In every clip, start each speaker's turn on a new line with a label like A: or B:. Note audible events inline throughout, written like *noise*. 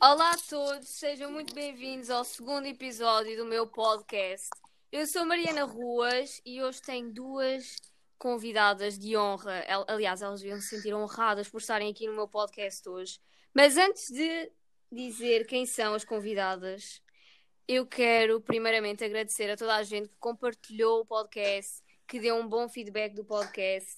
A: Olá a todos, sejam muito bem-vindos ao segundo episódio do meu podcast. Eu sou Mariana Ruas e hoje tenho duas convidadas de honra. El- Aliás, elas deviam se sentir honradas por estarem aqui no meu podcast hoje. Mas antes de dizer quem são as convidadas, eu quero primeiramente agradecer a toda a gente que compartilhou o podcast, que deu um bom feedback do podcast.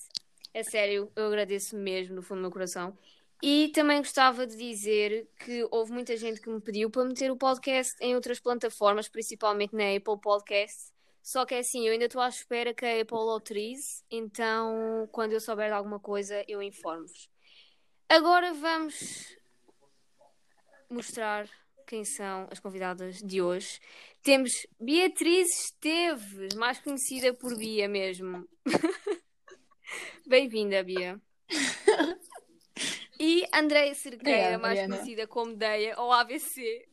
A: É sério, eu agradeço mesmo no fundo do meu coração. E também gostava de dizer que houve muita gente que me pediu para meter o podcast em outras plataformas, principalmente na Apple Podcasts. Só que é assim, eu ainda estou à espera que a Apple autorize, então quando eu souber de alguma coisa eu informo-vos. Agora vamos mostrar quem são as convidadas de hoje. Temos Beatriz Esteves, mais conhecida por Bia mesmo. *laughs* Bem-vinda,
B: *laughs*
A: Bia. E Andreia Cerqueira,
B: Obrigada,
A: mais
B: Mariana.
A: conhecida como Deia ou AVC.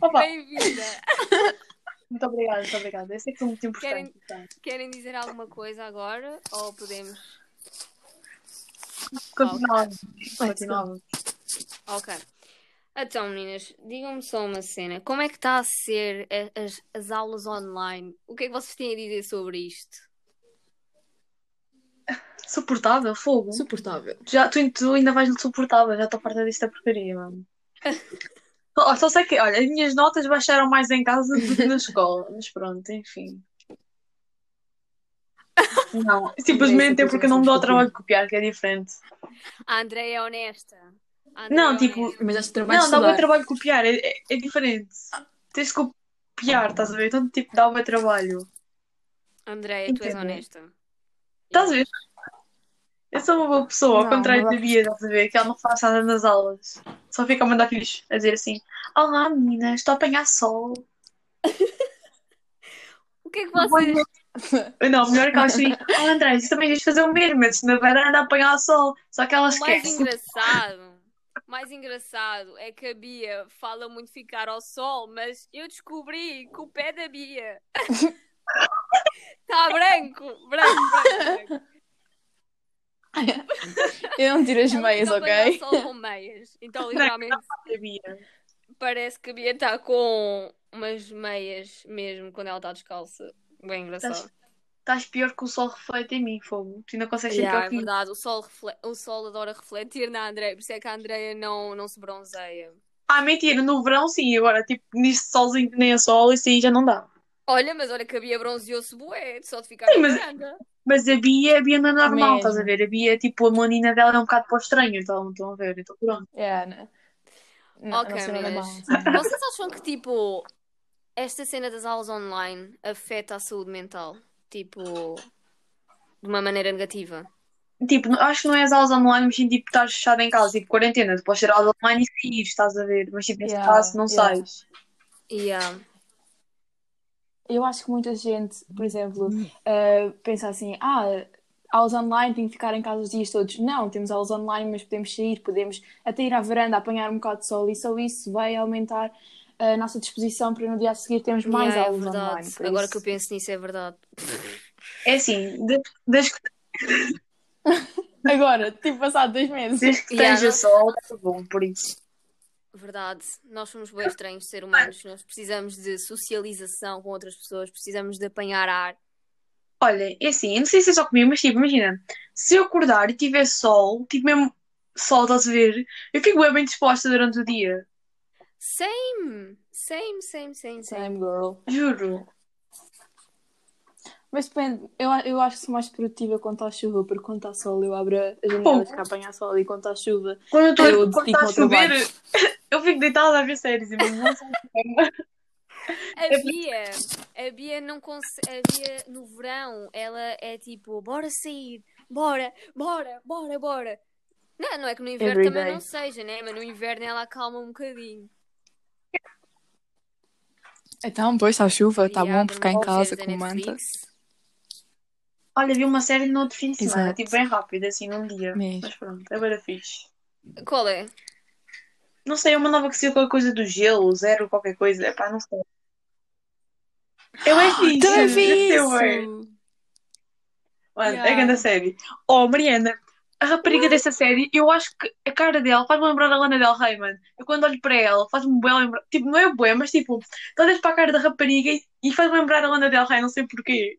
B: Opa,
A: Bem-vinda.
B: muito obrigada, muito obrigada. Eu sei que foi muito importante. portanto.
A: Querem dizer alguma coisa agora ou podemos?
B: Continuamos. Continuamos.
A: Ok. Então, meninas, digam-me só uma cena. Como é que está a ser a- as, as aulas online? O que é que vocês têm a dizer sobre isto?
B: Suportável, fogo.
C: Suportável.
B: Já, tu, tu ainda vais no suportável, já estou farta disto da porcaria,
C: *laughs*
B: mano. Ó, Só sei que, olha, as minhas notas baixaram mais em casa do que
C: *laughs*
B: na escola, mas pronto, enfim. Não, simplesmente é porque eu não me dou ao trabalho de copiar, que é diferente.
A: A Andreia é honesta. A Andreia
B: Não,
A: é
B: tipo,
A: honesta.
C: Mas acho que trabalho
B: Não,
C: de
B: dá o
C: estudar.
B: meu trabalho de copiar, é, é- é diferente. Tens de copiar, estás a ver? Então, tipo, dá o meu trabalho.
A: Andreia, tu és
B: Entendo.
A: honesta.
B: Estás a ver? Eu sou uma boa pessoa, ao
C: Não,
B: contrário
C: não
B: da Bia, estás a ver? Que ela não faz nada nas aulas. Só fica a mandar filhos a dizer assim: Olá meninas, estou a apanhar sol.
A: O que é que vocês.
B: Não, melhor que ela assim: Oh André, tu também tens de fazer o mesmo, mas na varanda a apanhar sol. Só que ela
A: O mais
B: esquece.
A: engraçado. o Mais engraçado é que a Bia fala muito ficar ao sol, mas eu descobri que o pé da Bia *laughs* está branco, branco, branco, branco.
C: *laughs* Eu não tiro as
A: Ela
C: meias,
A: fica a apanhar
C: ok?
A: sol com meias. Então, literalmente,
B: Bia.
A: parece que a Bia está com umas meias mesmo quando ela está descalça. Bem engraçado.
B: Estás pior que o sol reflete em mim, fogo. Tu não
C: Tá
B: consegues ser
A: Yeah, é
B: pior que mim.
A: verdade, o sol, refle- o sol adora refletir na Andreia, por isso é que a Andreia não, não se bronzeia.
B: Ah, mentira, no verão sim, agora, tipo, neste solzinho que nem a sol, isso aí já não dá.
A: Olha, mas olha que a Bia bronzeou-se bué, só de ficar
B: Sim,
A: em
B: mas-
A: branca.
B: Mas a Bia, a Bia não é normal,
C: Mesmo.
B: estás a ver? A Bia, tipo, a manina dela é um bocado para o estranho, então estão a ver, então pronto.
C: Yeah, É, não. Não,
A: Ok,
C: não sei nada
A: meninas.
C: mal, assim.
A: Vocês acham que, tipo, esta cena das aulas online afeta a saúde mental? Tipo, de uma maneira negativa?
B: Tipo, não- acho que não é as aulas online, mas sim, tipo, estar fechado em casa, tipo, quarentena. Tu podes ter aulas online e sair, estás a ver? Mas, tipo, nesse
C: Yeah,
B: caso, não
C: yeah.
B: sais.
A: Yeah.
C: Eu acho que muita gente, por exemplo,
A: Hum.
C: eh, pensa assim: ah, aulas online, tenho que ficar em casa os dias todos. Não, temos aulas online, mas podemos sair, podemos até ir à varanda, apanhar um bocado de sol, e só isso vai aumentar a nossa disposição para no dia a seguir termos mais
A: Yeah, é
C: aulas
A: verdade.
C: online. por
A: Agora
C: isso-
A: que eu penso nisso, é verdade.
B: É assim, de- desde que,
C: Agora, tipo, passado dois meses.
B: desde que
A: Yeah,
B: esteja
A: não-
B: sol, está bom, por isso.
A: Verdade, nós somos bem estranhos de ser humanos, nós precisamos de socialização com outras pessoas, precisamos de apanhar ar.
B: Olha, é assim, eu não sei se é só comigo, mas, tipo, imagina, se eu acordar e tiver sol, tipo, mesmo sol, estás a ver? Eu fico bué bem disposta durante o dia,
A: Same, same, same, same, same.
C: Same girl.
B: juro.
C: Mas depende, eu, a- eu acho que sou mais produtiva quando está chuva, porque quando está sol eu abro as janelas
B: Pô.
C: para apanhar sol e quando está chuva.
B: Quando eu estou,
C: Eu
B: quando
C: dedico-me
B: está a
C: ao trabalho.
B: chover, *laughs* eu fico deitada a ver séries e
C: *laughs*
B: mesmo não sei.
A: A Bia, a Bia não consegue, a Bia no verão, ela é tipo, bora sair, bora, bora, bora, bora. Não, não é que no inverno
C: Every
A: também
C: day.
A: não seja, né? Mas no inverno ela acalma um bocadinho.
C: Então, pois está chuva,
D: tá
C: está
A: E
C: bom
A: abre
C: ficar em
A: novas
C: casa
A: séries da
C: com manta.
A: Netflix.
B: Olha, vi uma série no outro fim de semana,
C: Exato.
B: tipo, bem rápido, assim, num dia.
C: Mesmo.
B: Mas pronto, agora fixe.
A: Qual é?
B: Não sei, é uma nova que saiu qualquer coisa do gelo, zero, qualquer coisa. Epá, não sei. Eu
D: Ah,
B: é fixe.
D: então
C: Também vi
B: deve ser bué.
C: isso!
B: Mano,
C: Yeah.
B: é grande série. Oh, Mariana, a
D: Hum.
B: rapariga desta série, eu acho que a cara dela faz-me lembrar a Lana Del Rey, mano. Eu quando olho para ela, faz-me bem lembrar. Tipo, não é bué, mas tipo, tu olhas para a cara da rapariga e, e faz-me lembrar a Lana Del Rey, não sei porquê.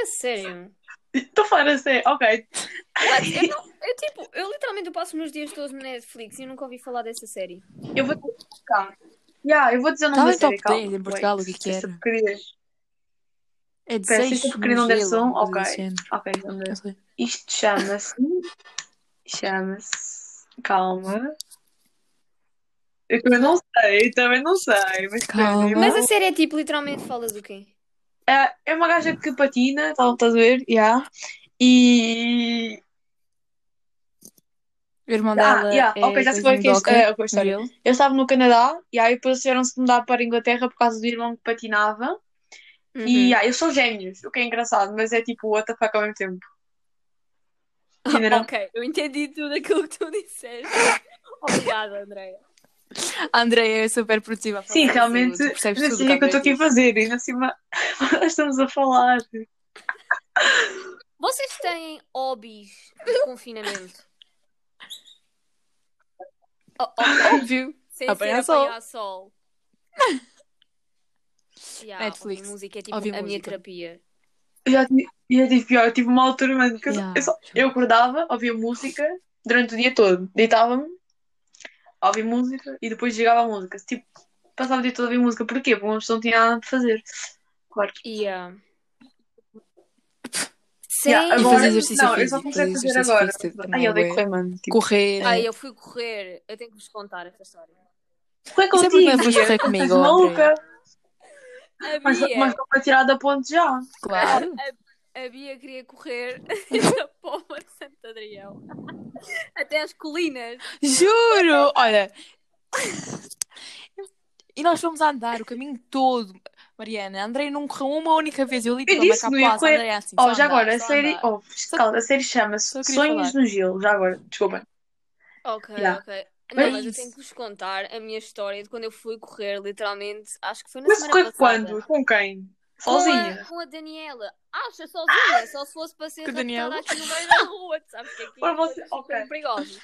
A: A sério?
B: Estou a falar a sério, ok.
A: Mas eu, não, eu, tipo, eu literalmente eu passo meus dias todos no Netflix e eu nunca ouvi falar dessa série.
B: Eu vou te explicar. Yeah, eu vou dizer o nome
D: Estava
B: da
D: Tá em
B: série,
D: top
B: calma.
D: 10 em
B: Wait,
D: Portugal, o que que
B: esta
D: era?
B: porcaria.
D: É de
B: Espera,
D: seis
B: fica porque não deve ser um?
D: coisa
B: Ok.
D: do género.
B: Ok, então, vamos ver.
D: Não sei.
B: Isto chama-se. Chama-se. Calma. Eu também não sei, também não sei. Mas
D: Calma.
A: Mas a série é tipo, literalmente falas do quê?
B: É, é uma gaja que patina, tal, estás a ver? Yeah. E.
D: O irmão
B: Ah,
D: dela
B: yeah.
D: é
B: ok, já se foi aqui.
D: Docker,
B: É, ok, história.
D: Murilo.
B: Eu estava no Canadá e aí depois tiveram-se de mudar para a Inglaterra por causa do irmão que patinava.
A: Uhum.
D: Uhum.
B: E ah, eles são gêmeos, o que é engraçado, mas é tipo what the fuck ao mesmo tempo. Entenderam?
A: Ok, eu entendi tudo aquilo que tu *laughs* disseste. Obrigada, Andréia.
D: A Andreia é super produtiva. a falar
B: Sim,
D: disso,
B: realmente,
D: tu percebes
B: não
D: tudo
B: sei o que é que eu estou aqui a
D: também.
B: fazer, e ainda acima *laughs* nós estamos a falar.
A: Vocês têm hobbies de confinamento? Oh,
D: *laughs*
A: ok,
D: Óbvio.
A: sem
D: Apanhar
A: ser
D: sol.
A: apanhar *laughs* sol. Yeah,
D: Netflix.
A: ouvir música é tipo
D: Ouvir
A: a minha
D: música.
A: terapia.
B: Eu já tive, eu já tive pior, eu tive uma altura, mano, que eu, só-
D: Yeah.
B: eu, só- eu acordava, ouvia música durante o dia todo, deitava-me, ouvia música e depois chegava a música. Tipo, passava o dia todo a ouvir música, porquê? Porque uma pessoa não tinha nada de fazer. Claro.
A: Yeah. Sim.
B: Yeah,
D: E
B: agora-
D: fazer exercício
B: não, eu
D: físico,
B: só comecei a
D: fazer
B: fazer agora.
D: exercício físico,
B: Ai, eu dei
D: não é?
B: que foi, mano. Tipo,
D: Correr. né?
A: Ai, eu fui correr. Eu tenho que vos contar essa história.
B: foi
D: Isso é porque não
B: contigo,
D: é para correr comigo,
B: estás
D: ó,
B: maluca.
A: A
B: Mas,
A: Bia,
B: Tipo, mas estou para tirar da ponte já.
D: Claro.
A: a Bia queria
B: *laughs*
A: correr *laughs* da Poma de Santo Adrião *laughs* até às colinas.
D: Juro! Olha. E nós fomos a andar o caminho todo. Mariana, a Andreia não correu uma única vez. Eu li
B: Eu disse, não ia correr.
D: Andreia assim.
B: Oh,
D: só
B: já
D: andar,
B: agora, a
D: só
B: série,
D: andar.
B: oh, calma, a série chama-se
D: só queria
B: Sonhos no Gelo, já agora, desculpa.
A: Ok,
B: Yeah.
A: ok.
B: Mas-
A: Não, mas eu tenho que vos contar a minha história de quando eu fui correr, literalmente, acho que foi na
B: Mas
A: semana
B: foi
A: passada.
B: quando? Com quem?
A: Com a-
B: Sozinha? Ah!
A: Com a, Daniela. Acha sozinha, só se fosse para ser
D: Com a Daniela.
A: raptada aqui no meio da rua, tu sabes que é? um aqui
B: Para você-
A: ficam
B: ok.
A: perigosos.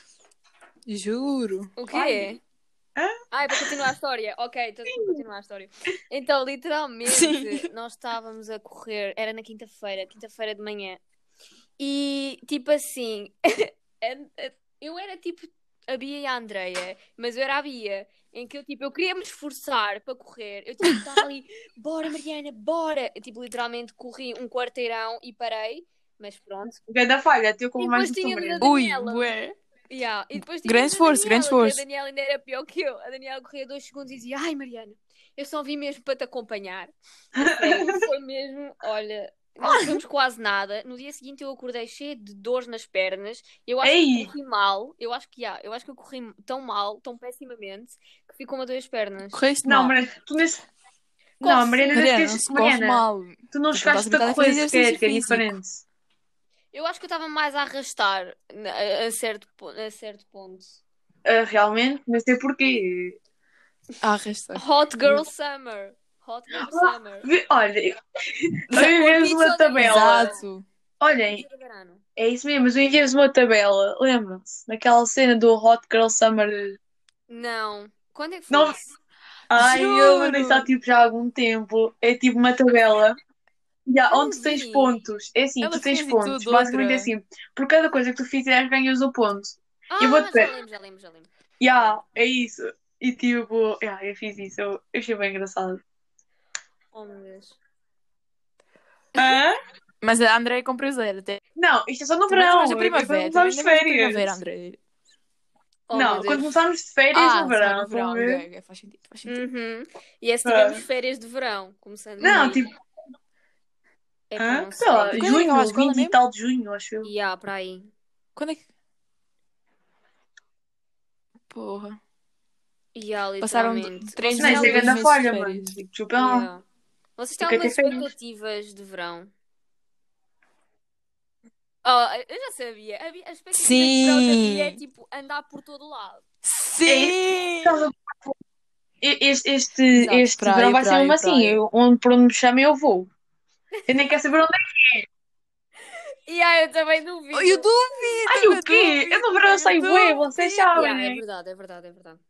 D: Juro.
A: O quê?
B: Ai. Hã?
A: Ah, é para continuar a história. Ok, então para continuar a história. Então, literalmente,
D: Sim.
A: nós estávamos a correr, era na quinta-feira, quinta-feira de manhã. E, tipo assim, *laughs* uh, eu era tipo a Bia e a Andreia, mas eu era a Bia, em que eu, tipo, eu queria me esforçar para correr. Eu, tipo, estava ali, bora, Mariana, bora! Eu, tipo, literalmente corri um quarteirão e parei, mas pronto.
B: Grande falha, teu
A: E
B: como mais um
A: depois tinha
B: de sombra.
A: medo
D: Ui,
A: Daniela.
D: bué.
A: Yeah. E depois tinha
D: Hum, Grande
A: a
D: esforço,
A: Daniela,
D: grande esforço.
A: que A Daniela ainda era pior que eu. A Daniela corria dois segundos e dizia: Ai, Mariana, eu só vim mesmo para te acompanhar. Sério, foi mesmo, olha, não fomos quase nada. No dia seguinte eu acordei cheia de dores nas pernas. Eu acho que
B: Ei!
A: eu corri mal. Eu acho que, yeah, eu acho que eu corri tão mal, tão pessimamente, que ficou uma dor as pernas.
B: *laughs*
D: Correste
B: Não,
D: mal.
B: Mariana, tu nesse.
A: Corre
B: Não, Mariana,
D: Mariana,
B: Mariana,
D: não se corre
B: Mariana,
D: mal.
B: tu não
D: Tu
B: chegaste
D: estás
B: para
D: habituada a
B: correr
D: fazer
B: sequer,
D: exercício
B: que é
D: físico.
B: diferente.
A: Eu acho que eu estava mais a arrastar na- a, a certo, po- a certo ponto.
B: Ah, realmente, não sei porquê.
D: Ah, resta.
A: Hot Girl Summer. Hot Girl
D: Ah!
A: Summer.
B: Vi-
D: *laughs*
B: Olha, eu enviei-vos uma tabela.
D: Exato.
B: Olhem,
A: Dia do verão.
B: é isso mesmo, mas eu enviei-vos uma tabela. Lembram-se? Naquela cena do Hot Girl Summer.
A: Não. Quando é que foi
B: Não.
A: isso?
B: Ai, eu
D: Juro!
B: mandei isso há, tipo já há algum tempo. É tipo uma tabela. Já,
A: Eu não
B: onde tu tens
A: vi.
B: pontos. É assim,
D: Ela
B: tu tens
D: fez e
B: pontos.
D: tudo,
B: Basicamente é
D: outra.
B: assim. Por cada coisa que tu fizeres, ganhas um ponto.
A: Ah,
B: Eu vou-te
A: já
B: ver.
A: lembro, já lembro, já lembro.
B: Yeah, é isso. E tipo, yeah, eu fiz isso, eu, eu achei bem engraçado.
A: Oh, meu Deus.
B: Hã?
D: Mas a Andreia comprou zero até.
B: Não, isto é só no
D: Também
B: verão.
D: vais na
B: é
D: primavera.
B: Quando começamos de
D: também vais na
B: férias.
D: primavera, Andreia.
A: Oh,
B: não,
A: meu Deus.
B: quando começarmos de férias
D: Ah,
B: no
D: só
B: verão.
D: no verão.
B: vamos ver. Hum.
D: ok, ok, Faz sentido, faz sentido.
A: Uhum. E é se tivermos férias de verão, começando
B: Não,
A: aí.
B: tipo,
A: é que eu
B: hã?
A: não
B: sei lá,
A: sei.
D: Uhum. Quando é que
B: junho,
D: acaba a escola
B: 20 e
D: mesmo?
B: tal de junho, acho eu.
A: E há para aí.
D: Quando é que.
B: É
D: Porra.
A: E há,
D: Passaram
A: literalmente.
D: três
B: Não,
A: Vocês
B: isso é
D: meses,
A: têm
B: grande
D: meses de
B: falha, mano.
D: férias.
B: Tipo, desculpa
A: alguma-
B: lá.
A: Yeah. Vocês têm
B: Fica até
A: algumas
B: férias.
A: expectativas de verão? Oh, eu já sabia. A Bia- a expectativa de verão da
D: Sim.
A: Bia é tipo andar por todo lado.
D: Sim!
B: Estás a- e- este, este,
D: Exato,
B: este
D: praia,
B: verão vai ser
D: praia,
B: mesmo assim.
D: praia.
B: Eu- onde, por onde me chamem, eu vou. Eu nem quero saber onde é
A: E aí eu também duvido.
D: Eu duvido!
B: Ai, o quê? Eu no verão saio
D: duvido.
B: bué, vocês sabem,
A: Yeah, é
B: né?
A: verdade, é verdade, é verdade.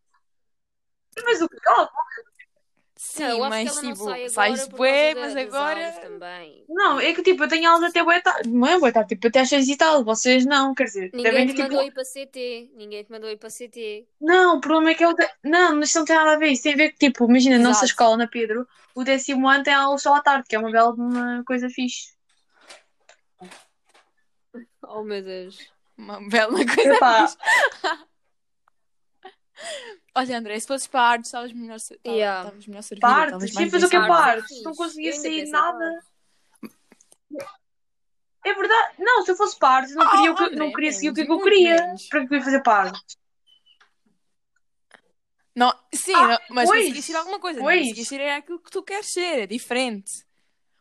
B: Mas o oh,
D: Sim,
A: eu acho
D: mas
A: que ela não
D: tipo,
A: sai agora
D: sais
A: por
D: bué,
A: causa
D: mas
A: da- das aulas
D: agora.
A: também.
B: não, é que tipo, eu tenho aulas até boa tarde. Não é boa tarde, tipo, até às seis e tal. Vocês não, quer dizer, devem
A: Ninguém
B: ter
A: te mandou
B: tipo.
A: ir para CT. Ninguém te mandou ir para CT.
B: Não, o problema é que eu. te- Não, mas isso não tem nada a ver. Isso tem a ver que, tipo, imagina, a nossa
D: Exato.
B: escola na Pedro, o décimo ano tem aulas só à tarde, que é uma bela de uma coisa fixe.
A: Oh meu Deus.
D: Uma bela coisa.
A: *laughs*
B: Epá,
D: Olha, André, se fosses para a arte, estavas melhor, se- tava-
A: Yeah.
D: estavas melhor servida.
B: partes,
D: estavas
B: sim,
D: mais
B: mas o que é
D: bem servida.
A: parte?
B: partes?
A: Fixe.
B: Não conseguia
A: Eu ainda
B: sair
A: pensei,
B: nada. É verdade, não, se eu fosse parte, não queria, o que-
D: André,
B: não queria seguir o que, que
D: menos,
B: eu
D: Ah, muito
B: queria.
D: menos.
B: Para que eu ia fazer parte?
D: Não, sim,
B: Ah,
D: não- mas
B: pois,
D: conseguiste ir alguma coisa.
B: pois.
D: Não conseguiste ir é aquilo que tu queres ser, é diferente.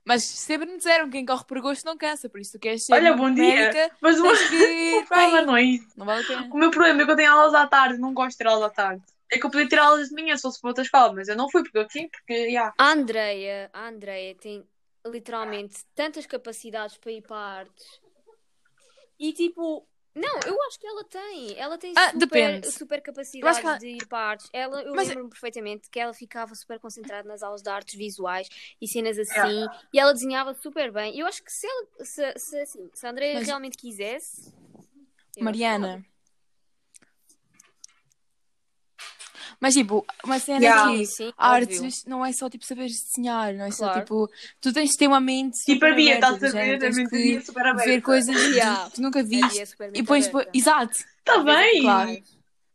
D: Mas sempre me disseram que quem corre por gosto não cansa, por isso tu queres ser.
B: Olha,
D: uma
B: bom dia.
D: médica,
B: Mas
D: *laughs*
B: o
D: Tens que
B: *laughs*
D: ir
B: meu
D: para
B: problema
D: aí.
B: não é isso.
D: Não vale a pena.
B: O meu problema é que eu tenho aulas à tarde, não gosto de ter aulas à tarde. É que eu podia ter aulas de manhã se fosse para outra escola, mas eu não fui porque eu tinha, porque, já.
A: A Andreia, a Andreia tem literalmente tantas capacidades para ir para artes. E tipo, não, eu acho que ela tem. Ela tem
D: Ah,
A: super,
D: depende.
A: super
D: Eu acho
A: capacidades
D: que ela-
A: de ir para artes. Ela, eu
D: Mas-
A: lembro-me perfeitamente que ela ficava super concentrada nas aulas de artes visuais e cenas
D: É.
A: assim. E ela desenhava super bem. Eu acho que se ela, se, se, assim, se a Andreia
D: Mas-
A: realmente quisesse. eu acho que ela-
D: Mariana. Mas tipo, uma cena
B: Yeah.
D: que
A: Sim, sim, óbvio.
D: artes não é só tipo saber desenhar, não é só
A: Claro.
D: tipo. Tu tens de ter uma mente super
B: Tipo, havia,
D: aberta,
B: estás
D: do
B: a ver?
D: género,
B: A
D: tens que
B: mentoria super aberta.
D: ver coisas
A: Yeah.
D: que tu nunca
A: A
D: viste
A: Bia é super
D: e pões.
A: aberta.
D: Exato!
B: Está Tá bem!
D: Claro.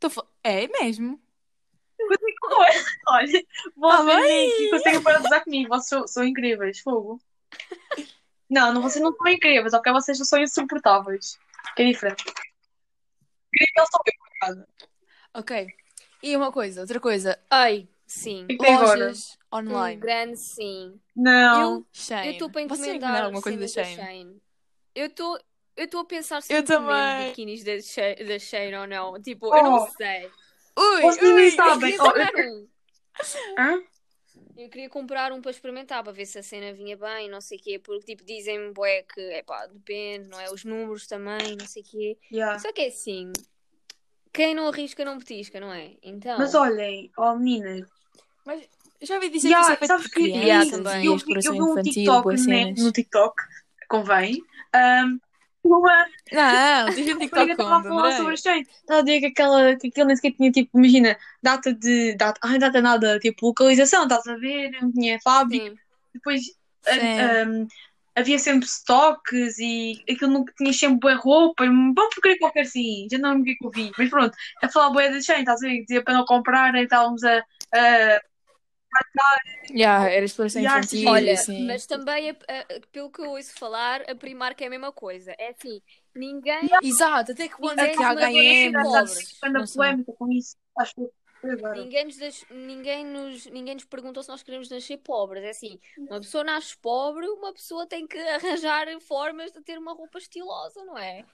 D: Tô fa- É mesmo.
B: Olha,
D: Tá
B: vocês nem aqui conseguem parar de usar comigo, vocês são, são incríveis, fogo. Não, não, vocês não são incríveis, ok? Vocês são insuportáveis. É diferente. Incrível sou eu, por acaso.
D: Ok. E uma coisa, outra coisa.
A: Ai, sim.
B: O que é que tem agora? Hum,
D: Lojas
A: Um
D: online.
A: grande sim.
B: Não.
A: Eu-
D: Shane.
A: Eu estou para
D: Vocês
A: encomendar
D: alguma coisa da
A: cenas da
D: Shane?
A: Shein. Eu estou eu estou a pensar se eu
D: também.
A: encomendo biquinis da Shein, da Shein ou não. Tipo, eu não
B: Oh.
A: sei.
D: Ui,
B: Vocês nem
D: ui,
B: sabem.
A: Eu
B: Oh,
A: queria comprar um.
B: Hã?
A: Eu queria comprar um para experimentar, para ver se a cena vinha bem, não sei o quê. Porque, tipo, dizem-me, bué, que, é pá, depende, não é? Os números também, não sei o quê.
B: Yeah.
A: Só que é assim, quem não arrisca não petisca, não é? Então...
B: Mas olhem, ó meninas,
D: Eu já ouvi dizer
B: Yeah,
D: que isso é feito
B: sabes
D: por
B: que
D: crianças
A: Yeah,
D: e
A: também,
B: eu, vi, eu
D: exploração
B: vi um
D: infantil,
B: TikTok,
D: boas
B: né,
D: cenas.
B: no TikTok, convém, ahm, uma
D: Não, diz
B: rapariga
D: um TikTok
B: estava a
D: conta,
B: falar sobre
D: André.
B: a Shein. Estava a dizer que, aquela, que aquilo nem sequer tinha, tipo, imagina, data de... Data, ai, data nada, tipo, localização, estás a ver, não tinha fábrica.
A: Sim.
B: Depois
D: Sim.
B: ah, ahm, havia sempre stocks e aquilo nunca tinha sempre boa roupa. e um Bom porcaria qualquer assim, já não lembro o que é que eu vi. Mas pronto, a falar boa da Shein, estás a ver, dizia para não comprar, e estávamos a... a
D: Yeah, era exploração
B: Yeah,
D: infantil,
A: Olha,
D: assim.
A: mas também, a- a- pelo que eu ouço falar, a Primark é a mesma coisa. É assim, ninguém...
D: Exato, até que ponto é
A: Ninguém se
D: que a
A: mandou
B: assim,
D: H&M...
A: nada.
D: Pobres.
B: Anda
D: Não sei.
B: polémica com isso. Acho que foi agora.
A: Ninguém nos, deix- ninguém, nos... ninguém nos perguntou se nós queremos nascer pobres. É assim, uma pessoa nasce pobre, uma pessoa tem que *laughs* arranjar formas de ter uma roupa estilosa, não é?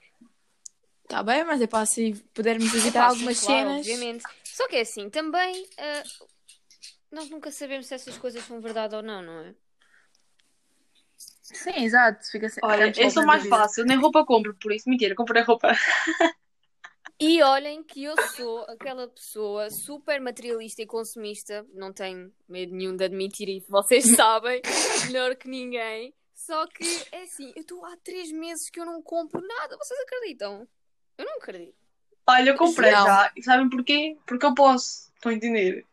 D: Tá bem, mas é para assim pudermos evitar
A: Epá, sim,
D: algumas
A: assim, claro,
D: cenas.
A: Obviamente. Só que é assim, também ah, nós nunca sabemos se essas coisas são verdade ou não, não é?
D: Sim, exato. Fica assim, sempre-
B: Olha,
D: ficamos
B: eu sou
D: sempre
B: mais
D: na dúvida.
B: fácil, nem roupa compro, por isso, mentira, comprei roupa.
A: E olhem que eu sou aquela pessoa super materialista e consumista, não tenho medo nenhum de admitir isso, vocês sabem, melhor que ninguém. Só que é assim, eu estou há três meses que eu não compro nada, vocês acreditam? Eu não acredito.
B: Olha, eu comprei
D: Não.
B: já, e sabem porquê? Porque eu posso, estão a entender?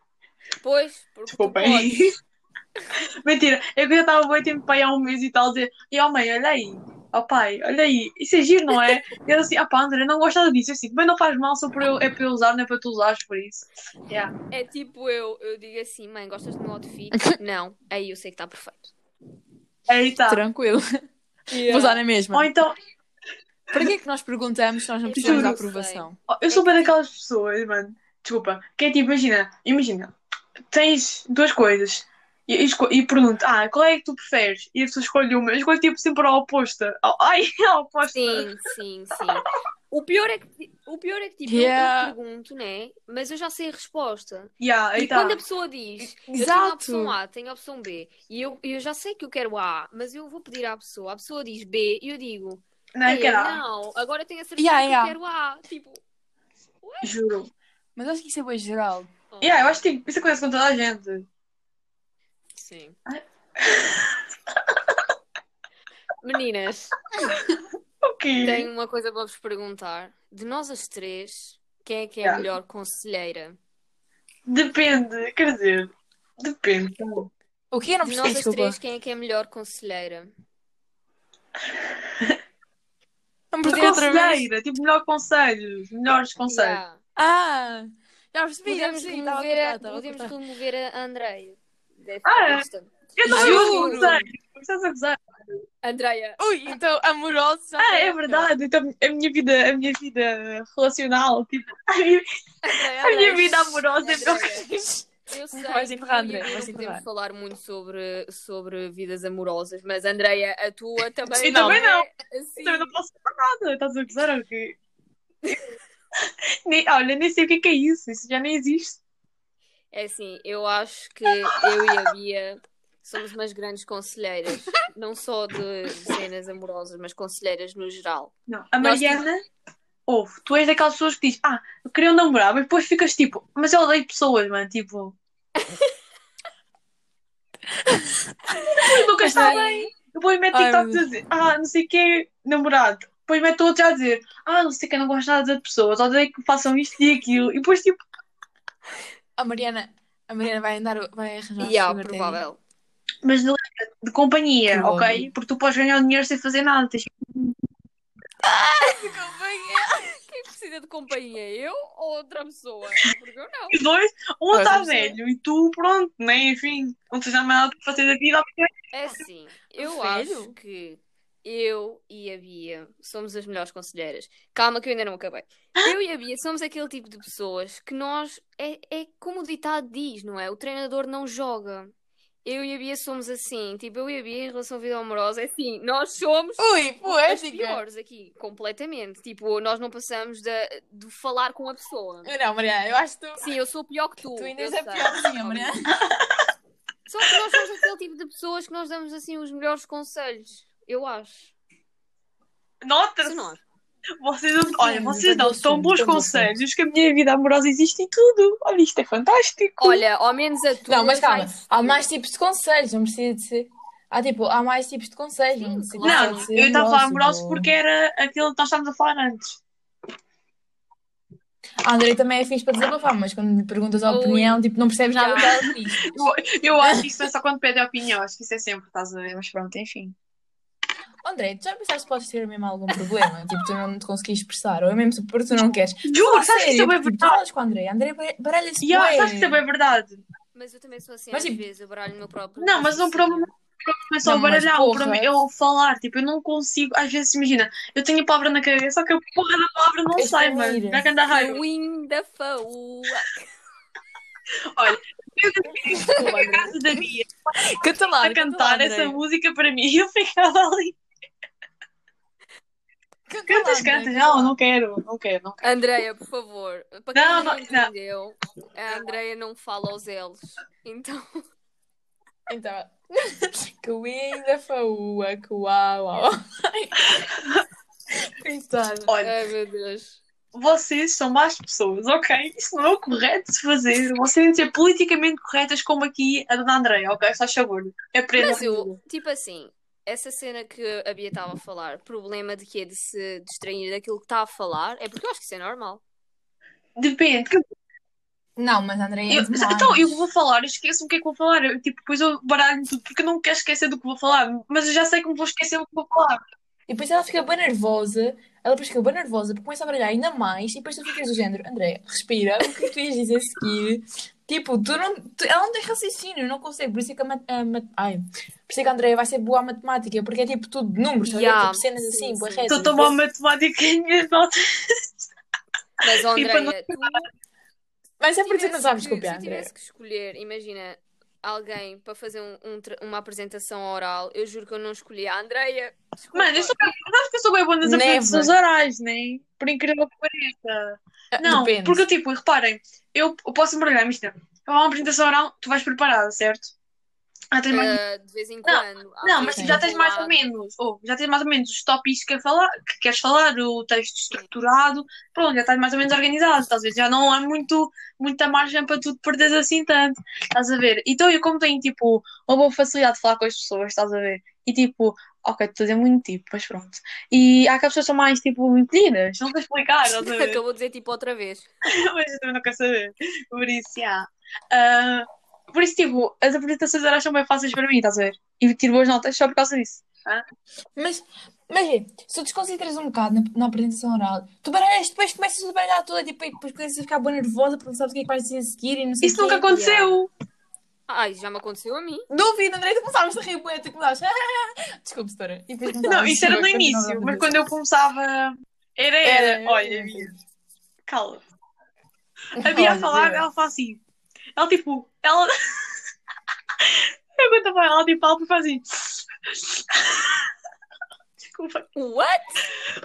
A: Pois, porque tu
B: Desculpem.
A: podes.
B: *laughs* Mentira, eu que já estava muito tempo para ir há um mês e tal, dizer, e ó mãe, olha aí, ó pai, olha aí, isso é giro, não é? E ele assim, ah pá, André, não gosto nada disso, eu assim, mas não faz mal, só para eu, é para eu usar, não é para tu usares, por isso. Yeah.
A: É tipo eu, eu digo assim, mãe, gostas do meu outfit? Não, aí eu sei que está perfeito.
B: Aí tá.
D: Tranquilo. Vou usar na
B: Ou
D: mesma.
B: então,
D: Para que é que nós perguntamos se nós não
A: Eu
D: precisamos da
A: juro.
D: aprovação?
B: Ó, Eu sou bem daquelas pessoas, mano. Desculpa. Que é tipo, imagina, imagina, tens duas coisas e, e, esco- e pergunto, ah, qual é que tu preferes? *laughs* E a pessoa escolhe uma, eu escolho tipo sempre a oposta. Ao- Ai, a oposta.
A: Sim, sim, sim. O pior é que, o pior é que tipo, eu,
D: Yeah.
A: eu pergunto, né? Mas eu já sei a resposta.
B: Yeah, aí
A: e
B: tá.
A: quando a pessoa diz, eu tenho a
D: Exato.
A: opção A, tenho a opção B, e eu, eu já sei que eu quero A, mas eu vou pedir à pessoa, a pessoa diz B, e eu digo,
B: Não, é
A: "Ei,
B: que era.
A: não, agora eu tenho a certeza
D: Yeah,
A: que
D: yeah.
A: eu quero A. Tipo,
B: Juro.
D: Mas acho que isso é bem geral.
A: oh,
B: Yeah, eu acho que tipo, isso acontece com toda a gente.
A: sim. *laughs* Meninas,
B: O quê?
A: tenho uma coisa para vos perguntar. De nós as três, quem é que é a
B: Yeah.
A: melhor conselheira?
B: Depende, quer dizer, depende.
D: O que eu não
A: De nós
D: percebi,
A: as
D: desculpa.
A: três, quem é que é a melhor conselheira?
D: Não percebi outra vez.
B: Conselheira, tipo, melhor conselhos, melhores conselhos.
A: Yeah.
D: Ah! Já percebi, já
A: Podemos,
D: percebi. Estava a
A: remover, a,
D: cortar, estava a
A: podemos
D: cortar.
A: remover a Andreia. desta
B: Ah.
A: lista.
B: Eu também gosto de
D: Juro.
B: conselhos, não estás a gozar.
A: Andreia,
D: Ui, então amorosa. já
B: Ah,
D: foi
B: é
D: a pior.
B: verdade, então, a minha vida, a minha vida relacional, tipo, a minha,
D: Andréia,
B: a minha
D: Andréia.
B: vida amorosa é melhor
A: Andreia, eu sei
D: Vais
A: que
D: empurrar,
A: eu e a
D: Andreia,
A: Lu
D: vais
A: não podemos
D: empurrar.
A: falar muito sobre, sobre vidas amorosas, mas Andreia, a tua
B: *laughs*
A: também
B: Eu também não.
A: é assim.
B: Eu também não posso falar nada, estás a gozar ou quê? *laughs* Nem- Olha, nem sei o que é que é isso, isso já nem existe.
A: É assim, eu acho que eu e a Bia somos umas grandes conselheiras, não só de cenas amorosas, mas conselheiras no geral.
B: Não. A
A: Nós
B: Mariana, ouve, tu és daquelas pessoas que diz, ah, eu queria um namorado, mas depois ficas tipo, mas eu odeio pessoas, mano,
D: *laughs*
B: tipo. Mas nunca está
D: Ai.
B: bem. Depois mete
D: Ai,
B: TikTok
D: meu
B: a dizer, ah, não sei o que, namorado. Depois mete outro já a dizer, ah, não sei o que, não gosto nada de pessoas, odeio que façam isto e aquilo. E depois, tipo,
D: A Mariana, a Mariana vai andar, vai arranjar.
A: E há,
D: sugar daddy.
A: provável.
B: mas de, de companhia,
D: Que bom.
B: ok? Porque tu podes ganhar dinheiro sem fazer nada, tens
A: Quem precisa de companhia? Eu ou outra pessoa? Porque eu não.
B: E dois, um
D: Pois,
B: está
D: não sei.
B: velho e tu, pronto, né? Enfim, não tens mais nada para fazer da vida.
A: É assim, eu
D: Sério?
A: acho que eu e a Bia somos as melhores conselheiras. Calma que eu ainda não acabei. Eu e a Bia somos aquele tipo de pessoas que nós. É, é como o ditado diz, não é? O treinador não joga. Eu e a Bia somos assim. Tipo, eu e a Bia em relação à vida amorosa é assim. Nós somos
D: Ui, é assim
A: as
D: poética.
A: piores aqui, completamente. Tipo, nós não passamos da, de falar com a pessoa.
D: Eu Não, Mariana, eu acho que tu,
A: Sim, eu sou pior que tu.
D: tu ainda
A: eu
D: és a
A: sei.
D: piorzinha, Mariana.
A: Só que nós somos aquele tipo de pessoas que nós damos assim os melhores conselhos. Eu acho.
B: Nota-se,
A: Se nós.
B: vocês, olha, vocês
D: Não,
B: dão
D: não
B: tão bons
D: assumo, não
B: conselhos que a minha vida amorosa existe em tudo. Olha, isto é fantástico.
A: Olha, ao menos a tua.
D: Não, mas calma,
A: vai-
D: há mais tipos de conselhos, não precisa de ser. Há tipo, há mais tipos de conselhos, não precisa
A: claro.
B: não,
D: de ser
B: eu estava a falar
D: amoroso.
B: amoroso porque era aquilo que nós estávamos a falar antes.
D: A André também é fixe para desabafar, mas quando lhe perguntas a
A: Ui.
D: opinião, tipo, não percebes nada do que ela diz.
B: Eu,
D: *laughs*
B: eu acho que isso é só quando pede a opinião, acho que isso é sempre, estás a ver? Mas pronto, enfim.
D: André, tu já pensaste que podes ter mesmo algum problema? *laughs* tipo, tu não te conseguis expressar, ou é mesmo porque tu não queres.
B: Juro, sabes que isso é bem
D: tipo, tu
B: verdade?
D: falas com a André, a André bar- baralha-se
B: Yeah,
D: bué.
B: sabes que isso é bem verdade?
A: Mas eu também sou assim,
D: Mas,
A: às
D: tipo-
A: vezes, eu baralho o meu próprio.
B: Não, mas não *laughs* problema. Começou a
D: Não, mas
B: baralhar, o
D: porra.
B: problema é eu falar, tipo, eu não consigo, às vezes, imagina, eu tenho a palavra na cabeça, só que a porra da palavra não
D: Tens
B: sai,
D: que
B: mano,
D: ouvir.
B: dá que andar raiva. *laughs*
A: Win da faúa.
B: Eu na casa da Bia
D: Canta lá,
B: a
D: canta
B: cantar
D: lá,
B: essa
D: André.
B: música para mim, *laughs* eu ficava ali.
D: Canta lá,
B: Cantas,
D: André,
B: cantas,
D: canta
B: não,
D: lá.
B: não quero, não quero, não quero.
A: Andreia, por favor. Para quem não,
B: Não, não, não.
A: entendeu, a Andreia não fala aos elos. Então,
D: Então, *laughs* que linda faúa, que uau, *laughs* uau. Coitada.
B: Olha,
A: ai meu Deus.
B: vocês são más pessoas, ok? Isso não é o correto de se fazer. Vocês têm de ser politicamente corretas, como aqui a dona Andréia, ok? Só favor, É aprendam.
A: Mas eu, tipo assim, essa cena que a Bia estava a falar, problema de que é de se distrair daquilo que está a falar, é porque eu acho que isso é normal.
B: Depende, que
D: Não, mas André é
B: Eu-
D: demais.
B: então, eu vou falar, eu esqueço-me o que é que vou falar. Eu, tipo, depois eu baralho tudo, porque eu não quero esquecer do que vou falar, mas eu já sei que me vou esquecer do que vou falar.
D: E depois ela fica bem nervosa, ela depois fica bem nervosa, porque começa a baralhar ainda mais, e depois tu ficas do género, André, respira, o que é que tu ias dizer a seguir? Tipo, tu não, tu- ela não tem raciocínio, não consegue, por isso é que a, mat- a mat- ai, por isso é que a Andrea vai ser boa à matemática, porque é tipo tudo de números, sabe?
A: Yeah,
D: tipo cenas
A: sim,
D: assim,
A: sim.
D: boas
B: Estou
D: retas.
B: a tomar matemática e minhas notas.
A: Mas, ó,
B: Tipo, eu não-
A: Andreia, tu
D: Mas é porque tu não
A: tivesse
D: sabes
A: que-
D: copiar,
A: Se
D: André.
A: tivesse que escolher, imagina, alguém para fazer um- um tra- uma apresentação oral, eu juro que eu não escolhi a Andreia.
B: Mano, eu sou bem, eu acho que eu sou bem boa nas
D: Never.
B: apresentações orais, nem Por incrível que pareça. Não,
D: Ah, depende.
B: porque tipo, reparem, eu eu posso embaralhar, mas não. Eu uma apresentação oral, tu vais preparada, certo? Ah, tens mais...
A: Ah, de vez em
B: Não,
A: quando.
B: Não, mas
D: sim.
B: tipo, já tens mais ou menos, ou já tens mais ou menos os tópicos que, quer falar, que queres falar, o texto estruturado, pronto, já estás mais ou menos organizado, estás a ver? Já não há muito, muita margem para tu te perderes assim tanto, estás a ver? Então eu como tenho tipo uma boa facilidade de falar com as pessoas, estás a ver? E tipo, ok, estou a dizer muito tipo, mas pronto. E há que as pessoas que são mais tipo impedidas, não é? sei explicar,
A: *laughs*
B: estás a ver?
A: Acabou de dizer tipo outra vez.
B: *laughs* Mas eu também não quero saber. Por isso, já. Ah, por isso, tipo, as apresentações orais são bem fáceis para mim, estás a ver? E tiro boas notas só por causa disso.
D: Mas, mas é, se tu desconcentras um bocado na, na apresentação oral, tu baralhas, depois começas a baralhar toda, tipo, e depois começas a ficar boa nervosa porque não sabes o que é que vais dizer a seguir e não sei o
B: Isso nunca
D: quê.
B: aconteceu.
A: Ai, já me aconteceu a mim.
D: Duvido, André, tu começavas a rir bué, tu começavas... "Ah, Desculpa, Stora. E depois começavas
B: Não, isso era no
D: Continuava
B: início,
D: a
B: mas
D: fazer
B: quando eu
D: isso.
B: começava. Era,
D: É,
B: era. Olha, *laughs* cala. A Bia a falar, ela fala assim. Ela tipo. Ela. *laughs* Eu quando eu falo, ela tipo, ela faz assim. *laughs* Desculpa.
A: What?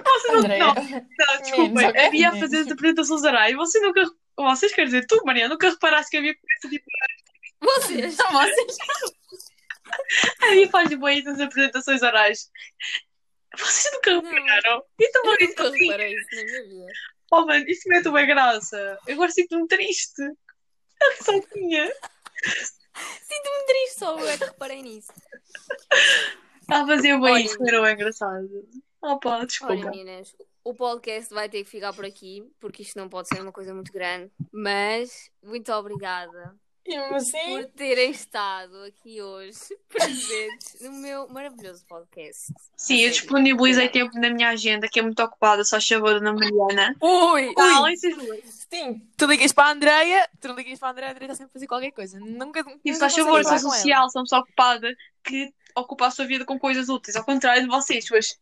B: Vocês não,
D: André,
B: não,
A: É,
B: não, desculpa.
D: Menos, ok?
B: A Bia a
D: Menos.
B: fazer as apresentações orais. Você nunca. Vocês quer dizer, tu, Maria, nunca reparaste que a Bia começa tipo.
D: *laughs*
A: Vocês?
D: Não, vocês-
B: A Bia faz boas nas apresentações orais. Vocês nunca
A: Não.
B: repararam? Então,
A: Eu
B: Maria,
A: nunca reparei isso na minha vida.
B: Oh, mano, isso mete uma graça. Eu Agora sinto-me triste. Ah, Eu só tinha.
A: Sinto-me triste, só eu é que reparei nisso.
B: Ela fazia
A: Olha,
B: bem isso, não era bem engraçado. Oh, pá,
A: Olha,
B: desculpa.
A: meninas, o podcast vai ter que ficar por aqui, porque isto não pode ser uma coisa muito grande. Mas, muito obrigada.
D: E assim...
A: por terem estado aqui hoje *laughs* presentes no meu maravilhoso podcast.
B: Sim, eu disponibilizei tempo na minha agenda, que é muito ocupada, só chamou a Dona Mariana.
D: Ui,
B: Fala, isso é ruim.
D: Sim, tu ligas para a Andreia, tu ligas para a Andreia, a Andreia está sempre a fazer qualquer coisa. Nunca.
B: E
D: nunca
B: só chamou a
D: consegues falar com ela.
B: social, sou pessoa ocupada que ocupa a sua vida com coisas úteis, ao contrário de vocês, suas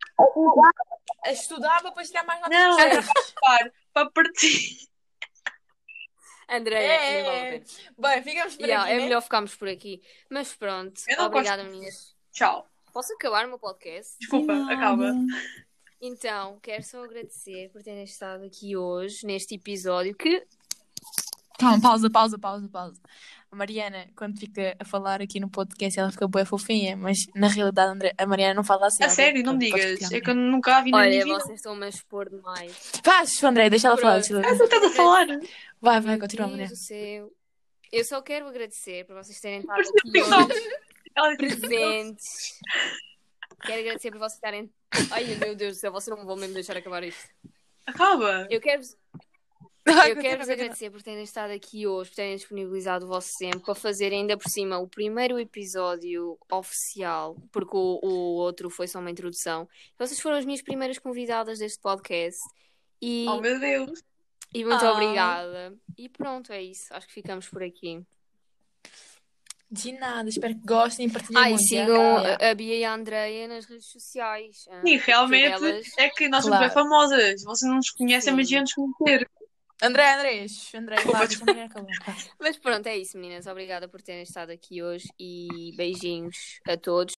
D: A estudar para depois tirar mais notas.
B: Não, *laughs*
D: de
B: era
D: género.
B: para ocupar, para partir.
A: Andréia,
D: É,
A: nem vale a
D: é, é.
A: pena.
D: *laughs* Bem, ficamos por
A: Yeah,
D: aqui,
A: é
D: né?
A: melhor ficarmos por aqui. Mas pronto,
B: Eu não
A: obrigada, meninas.
B: Tchau.
A: Posso acabar o meu podcast?
B: Desculpa, acaba.
A: Então, quero só agradecer por terem estado aqui hoje, neste episódio, que
D: Calma, pausa, pausa, pausa, pausa. A Mariana, quando fica a falar aqui no podcast, ela fica boa fofinha, mas na realidade André, a Mariana não fala assim.
B: A
D: ok?
B: sério, não me
D: Pronto, podes
B: digas.
D: tirar.
B: É que eu nunca a vi na minha
A: olha,
B: vida.
A: vocês estão-me a expor demais.
D: Faz, André, deixa ela falar.
A: Pronto.
D: deixa ela-
B: Ah, tu estás a falar?
D: Vai, vai,
A: Meu
D: continua,
A: Deus
B: *laughs*
D: Mariana.
A: do céu. Eu só quero agradecer por vocês terem estado
B: Mas
A: aqui
B: não tem
A: hoje.
B: só- Ela disse,
A: presentes. Quero agradecer por vocês estarem. Ai meu Deus do céu, vocês não me vão mesmo deixar acabar isto.
B: Acaba.
A: Eu quero, eu quero vos agradecer por terem estado aqui hoje, por terem disponibilizado o vosso tempo para fazer ainda por cima o primeiro episódio oficial, porque o, o outro foi só uma introdução. Vocês foram as minhas primeiras convidadas deste podcast. E,
B: Oh, meu Deus.
A: e muito
D: Ah.
A: obrigada. E pronto, é isso. Acho que ficamos por aqui.
D: De nada, espero que gostem e partilhem
A: Ah, e
D: muito.
A: sigam
D: é?
A: a a Bia e a Andreia nas redes sociais. Ah,
B: Sim, realmente
A: elas-
B: é que nós somos
D: Claro.
B: bem famosas. Vocês não nos conhecem,
A: Sim.
B: mas iam nos conhecer.
D: André, André, André,
B: Desculpa,
D: vai, deixa a Mariana acabar.
A: Mas pronto, é isso, meninas. Obrigada por terem estado aqui hoje e beijinhos a todos.